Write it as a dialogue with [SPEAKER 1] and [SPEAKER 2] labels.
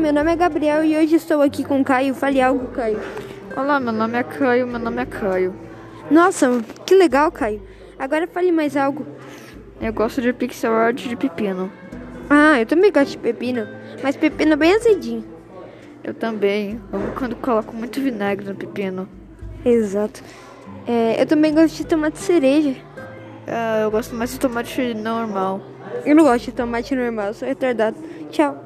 [SPEAKER 1] meu nome é Gabriel e hoje estou aqui com o Caio. Fale algo, Caio.
[SPEAKER 2] Olá, meu nome é Caio, meu nome é Caio.
[SPEAKER 1] Nossa, que legal, Caio. Agora fale mais algo.
[SPEAKER 2] Eu gosto de pixel art de pepino.
[SPEAKER 1] Ah, eu também gosto de pepino, mas pepino bem azedinho.
[SPEAKER 2] Eu também, amo quando coloco muito vinagre no pepino.
[SPEAKER 1] Exato. É, eu também gosto de tomate cereja.
[SPEAKER 2] Ah, eu gosto mais de tomate normal.
[SPEAKER 1] Eu não gosto de tomate normal, sou retardado. Tchau.